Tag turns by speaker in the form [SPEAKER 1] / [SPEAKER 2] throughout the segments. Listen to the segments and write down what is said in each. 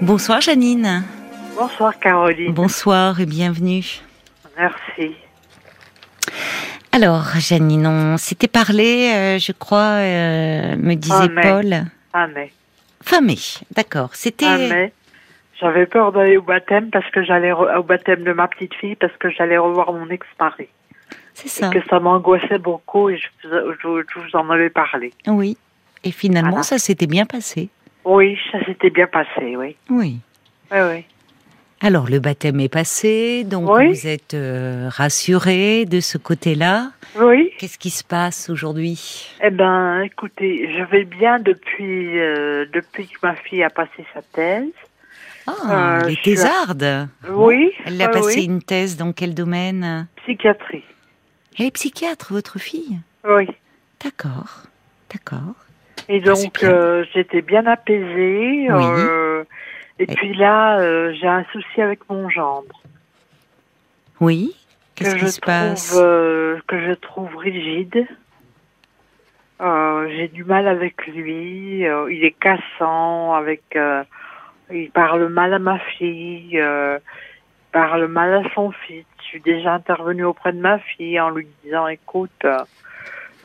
[SPEAKER 1] Bonsoir Janine.
[SPEAKER 2] Bonsoir Caroline.
[SPEAKER 1] Bonsoir et bienvenue.
[SPEAKER 2] Merci.
[SPEAKER 1] Alors Janine, on s'était parlé, euh, je crois, euh, me disait
[SPEAKER 2] Ah, mais-
[SPEAKER 1] Paul.
[SPEAKER 2] Ah mais,
[SPEAKER 1] Fin mai, d'accord.
[SPEAKER 2] ah,
[SPEAKER 1] C'était
[SPEAKER 2] mais, j'avais peur d'aller au baptême parce que j'allais re- au baptême de ma petite fille parce que j'allais revoir mon ex-mari
[SPEAKER 1] c'est
[SPEAKER 2] et
[SPEAKER 1] ça.
[SPEAKER 2] que ça m'angoissait beaucoup et je, vous- je- je vous en avais parlé.
[SPEAKER 1] Oui. Et finalement,
[SPEAKER 2] Voilà.
[SPEAKER 1] ça s'était bien passé.
[SPEAKER 2] Oui, ça s'était bien passé, oui.
[SPEAKER 1] Oui.
[SPEAKER 2] Oui, oui.
[SPEAKER 1] Alors le baptême est passé, donc
[SPEAKER 2] Oui.
[SPEAKER 1] vous êtes euh, rassurée de ce côté-là.
[SPEAKER 2] Oui.
[SPEAKER 1] Qu'est-ce qui se passe aujourd'hui
[SPEAKER 2] Eh ben, écoutez, je vais bien depuis euh, depuis que ma fille a passé sa thèse.
[SPEAKER 1] Ah,
[SPEAKER 2] Euh,
[SPEAKER 1] les
[SPEAKER 2] je suis à-
[SPEAKER 1] thésardes.
[SPEAKER 2] Oui.
[SPEAKER 1] Elle a
[SPEAKER 2] oui,
[SPEAKER 1] passé
[SPEAKER 2] oui.
[SPEAKER 1] une thèse dans quel domaine
[SPEAKER 2] psychiatrie.
[SPEAKER 1] Elle est psychiatre, votre fille.
[SPEAKER 2] Oui.
[SPEAKER 1] D'accord, d'accord.
[SPEAKER 2] Et
[SPEAKER 1] Ah, c'est
[SPEAKER 2] donc,
[SPEAKER 1] bien.
[SPEAKER 2] euh, j'étais bien apaisée.
[SPEAKER 1] Oui.
[SPEAKER 2] euh, et,
[SPEAKER 1] Et-
[SPEAKER 2] puis là, euh, j'ai un souci avec mon gendre
[SPEAKER 1] Oui. Qu'est-ce
[SPEAKER 2] que je
[SPEAKER 1] qui se
[SPEAKER 2] trouve
[SPEAKER 1] passe
[SPEAKER 2] euh, que je trouve rigide. Euh, j'ai du mal avec lui. euh, il est cassant. Avec, euh, il parle mal à ma fille. euh, il parle mal à son fils. Je suis déjà intervenue auprès de ma fille en lui disant "Écoute, euh,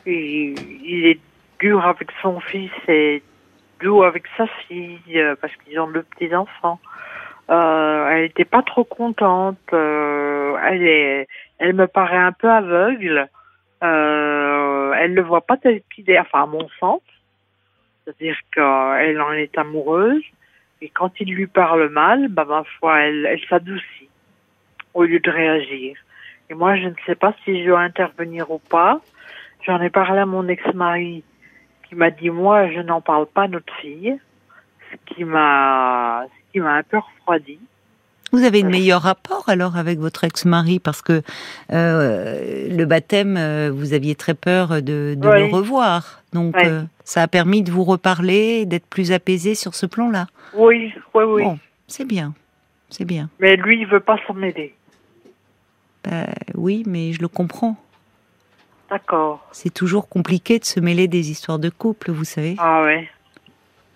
[SPEAKER 2] il, il est dur avec son fils et doux avec sa fille euh, parce qu'ils ont deux petits enfants. Euh, elle n'était pas trop contente. euh, elle est, elle me paraît un peu aveugle. Euh, elle le voit pas tel qu'il est, enfin à mon sens. C'est-à-dire qu'elle en est amoureuse et quand il lui parle mal, bah ma foi, elle, elle s'adoucit au lieu de réagir. Et moi, je ne sais pas si je dois intervenir ou pas. J'en ai parlé à mon ex-mari qui m'a dit moi je n'en parle pas à notre fille, ce qui m'a ce qui m'a un peu refroidi.
[SPEAKER 1] Vous avez le meilleur rapport alors avec votre ex-mari parce que euh, le baptême, euh, vous aviez très peur de, de
[SPEAKER 2] Oui.
[SPEAKER 1] le revoir. Donc
[SPEAKER 2] Oui.
[SPEAKER 1] euh, ça a permis de vous reparler, et d'être plus apaisé sur ce plan-là.
[SPEAKER 2] Oui, oui, oui.
[SPEAKER 1] Bon. C'est bien, c'est bien.
[SPEAKER 2] Mais lui il veut pas s'en mêler.
[SPEAKER 1] Bah, oui, mais je le comprends.
[SPEAKER 2] D'accord.
[SPEAKER 1] C'est toujours compliqué de se mêler des histoires de couple, vous savez.
[SPEAKER 2] Ah ouais.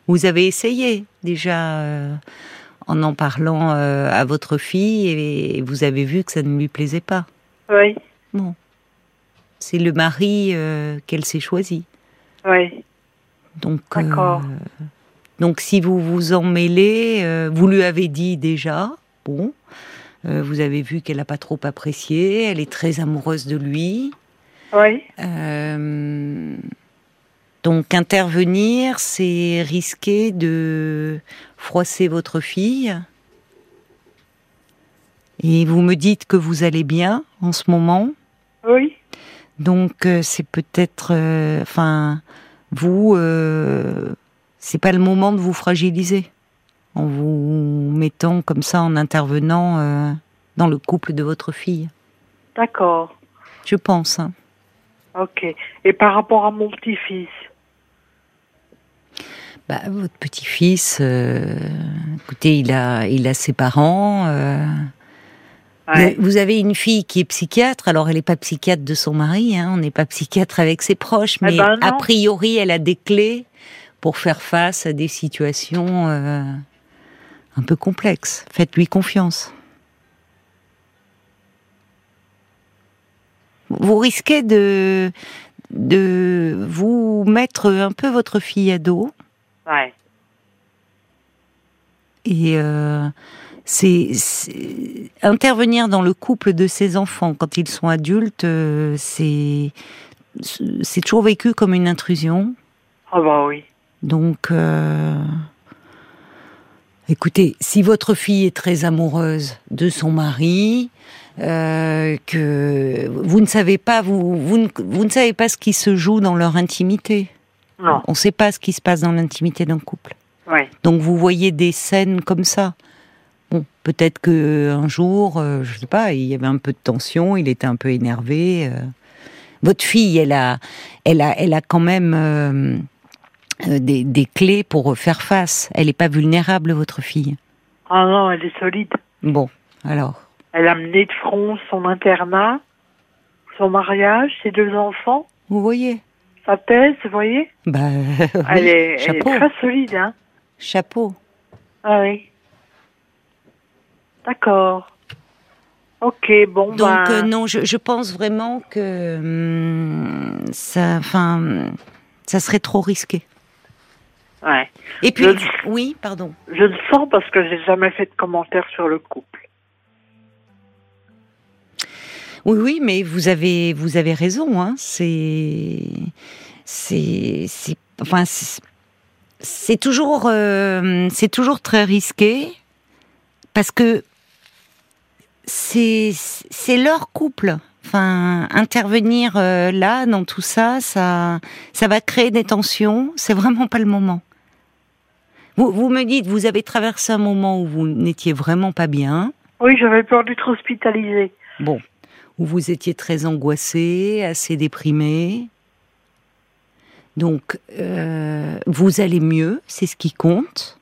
[SPEAKER 1] Vous avez essayé déjà euh, en en parlant euh, à votre fille et vous avez vu que ça ne lui plaisait pas.
[SPEAKER 2] Oui,
[SPEAKER 1] C'est le mari euh, qu'elle s'est choisi.
[SPEAKER 2] oui.
[SPEAKER 1] Donc,
[SPEAKER 2] D'accord.
[SPEAKER 1] euh, donc si vous vous en mêlez, euh, vous lui avez dit déjà, bon, euh, vous avez vu qu'elle n'a pas trop apprécié, elle est très amoureuse de lui.
[SPEAKER 2] Oui.
[SPEAKER 1] Euh, donc intervenir, c'est risquer de froisser votre fille. Et vous me dites que vous allez bien en ce moment.
[SPEAKER 2] Oui.
[SPEAKER 1] Donc euh, c'est peut-être, euh, enfin, vous, euh, c'est pas le moment de vous fragiliser en vous mettant comme ça, en intervenant euh, dans le couple de votre fille.
[SPEAKER 2] D'accord.
[SPEAKER 1] Je pense. hein.
[SPEAKER 2] OK. Et par rapport à mon petit-fils.
[SPEAKER 1] Bah, votre petit-fils, euh, écoutez, il a, il a ses parents. euh,
[SPEAKER 2] Ouais.
[SPEAKER 1] vous- Vous avez une fille qui est psychiatre, alors elle n'est pas psychiatre de son mari, hein, on n'est pas psychiatre avec ses proches,
[SPEAKER 2] Eh
[SPEAKER 1] mais
[SPEAKER 2] ben non.
[SPEAKER 1] a priori, elle a des clés pour faire face à des situations euh, un peu complexes. Faites-lui confiance. Vous risquez de, de vous mettre un peu votre fille à dos.
[SPEAKER 2] Ouais.
[SPEAKER 1] Et euh, c'est c'est- intervenir dans le couple de ses enfants quand ils sont adultes, euh, c'est c'est toujours vécu comme une intrusion.
[SPEAKER 2] Ah bah oui.
[SPEAKER 1] Donc, euh, écoutez, si votre fille est très amoureuse de son mari, euh, que vous ne savez pas, vous, vous, ne, vous ne savez pas ce qui se joue dans leur intimité.
[SPEAKER 2] Non.
[SPEAKER 1] On ne sait pas ce qui se passe dans l'intimité d'un couple.
[SPEAKER 2] Ouais.
[SPEAKER 1] Donc vous voyez des scènes comme ça. Bon, peut-être que euh, un jour, euh, je sais pas, il y avait un peu de tension, il était un peu énervé. euh. Votre fille, elle a, elle a, elle a quand même euh, euh, des, des clés pour faire face. Elle n'est pas vulnérable, votre fille.
[SPEAKER 2] Ah non, elle est solide.
[SPEAKER 1] Bon, alors,
[SPEAKER 2] Elle a mené de front son internat, son mariage, ses deux enfants,
[SPEAKER 1] vous voyez.
[SPEAKER 2] sa thèse, vous voyez
[SPEAKER 1] Bah, oui,
[SPEAKER 2] elle, est, elle est
[SPEAKER 1] chapeau.
[SPEAKER 2] très solide, hein.
[SPEAKER 1] chapeau.
[SPEAKER 2] Ah oui. D'accord. Ok, bon.
[SPEAKER 1] Donc
[SPEAKER 2] ben,
[SPEAKER 1] euh, non, je, je pense vraiment que hum, ça, enfin, ça serait trop risqué. euh,
[SPEAKER 2] ouais.
[SPEAKER 1] Et puis,
[SPEAKER 2] Je-
[SPEAKER 1] oui, pardon.
[SPEAKER 2] Je le sens parce que j'ai jamais fait de commentaire sur le couple.
[SPEAKER 1] Oui, oui, mais vous avez, vous avez raison. Hein. C'est, c'est, c'est, enfin, c'est c'est toujours, euh, c'est toujours très risqué parce que c'est, c'est leur couple. Enfin, intervenir euh, là dans tout ça, ça, ça va créer des tensions. C'est vraiment pas le moment. Vous, vous me dites, vous avez traversé un moment où vous n'étiez vraiment pas bien.
[SPEAKER 2] Oui, j'avais peur d'être hospitalisée.
[SPEAKER 1] Bon, où vous étiez très angoissé, assez déprimé. Donc, euh, vous allez mieux, c'est ce qui compte.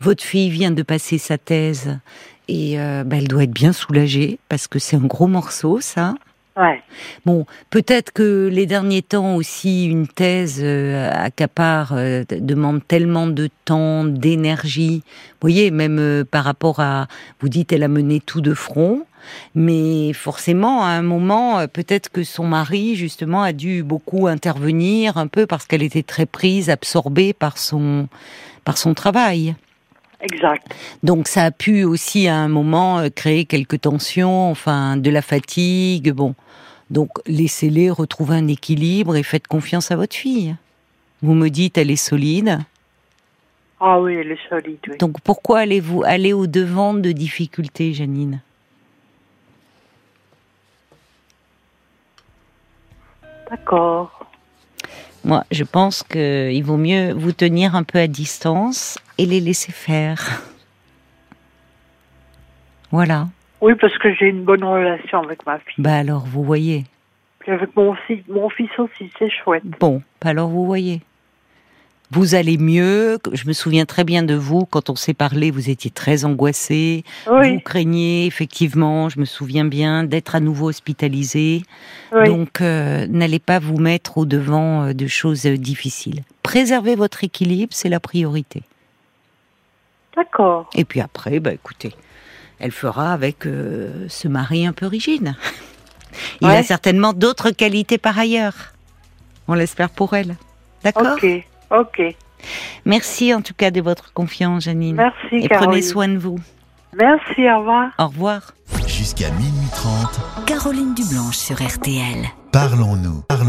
[SPEAKER 1] Votre fille vient de passer sa thèse et euh, bah, elle doit être bien soulagée parce que c'est un gros morceau, ça.
[SPEAKER 2] Ouais.
[SPEAKER 1] Bon, peut-être que les derniers temps aussi, une thèse euh, accapare, euh, t- demande tellement de temps, d'énergie. Vous voyez, même euh, par rapport à, vous dites, elle a mené tout de front, mais forcément, à un moment, euh, peut-être que son mari, justement, a dû beaucoup intervenir, un peu parce qu'elle était très prise, absorbée par son, par son travail.
[SPEAKER 2] Exact.
[SPEAKER 1] Donc ça a pu aussi à un moment euh, créer quelques tensions, enfin de la fatigue, bon. Donc laissez-les retrouver un équilibre et faites confiance à votre fille. Vous me dites elle est solide.
[SPEAKER 2] Ah oui, elle est solide. Oui.
[SPEAKER 1] Donc pourquoi allez-vous aller au devant de difficultés, Janine
[SPEAKER 2] D'accord.
[SPEAKER 1] Moi, je pense que il vaut mieux vous tenir un peu à distance et les laisser faire. Voilà.
[SPEAKER 2] Oui, parce que j'ai une bonne relation avec ma fille.
[SPEAKER 1] Bah alors vous voyez.
[SPEAKER 2] Puis avec mon fils, mon fils aussi, c'est chouette.
[SPEAKER 1] Bon, bah alors vous voyez. Vous allez mieux. Je me souviens très bien de vous quand on s'est parlé. Vous étiez très angoissé. Vous
[SPEAKER 2] Oui,
[SPEAKER 1] craignez effectivement. Je me souviens bien d'être à nouveau hospitalisé.
[SPEAKER 2] oui.
[SPEAKER 1] Donc euh, n'allez pas vous mettre au devant euh, de choses euh, difficiles. Préservez votre équilibre, c'est la priorité.
[SPEAKER 2] D'accord.
[SPEAKER 1] Et puis après, bah écoutez, elle fera avec euh, ce mari un peu rigide. Il
[SPEAKER 2] Ouais.
[SPEAKER 1] a certainement d'autres qualités par ailleurs. On l'espère pour elle. D'accord.
[SPEAKER 2] Ok, ok.
[SPEAKER 1] Merci en tout cas de votre confiance, Janine.
[SPEAKER 2] Merci,
[SPEAKER 1] Et
[SPEAKER 2] Caroline.
[SPEAKER 1] prenez soin de vous.
[SPEAKER 2] Merci, au revoir.
[SPEAKER 1] Au revoir.
[SPEAKER 3] Jusqu'à minuit 30,
[SPEAKER 4] Caroline Dublanche sur RTL.
[SPEAKER 3] parlons-nous. Parlons-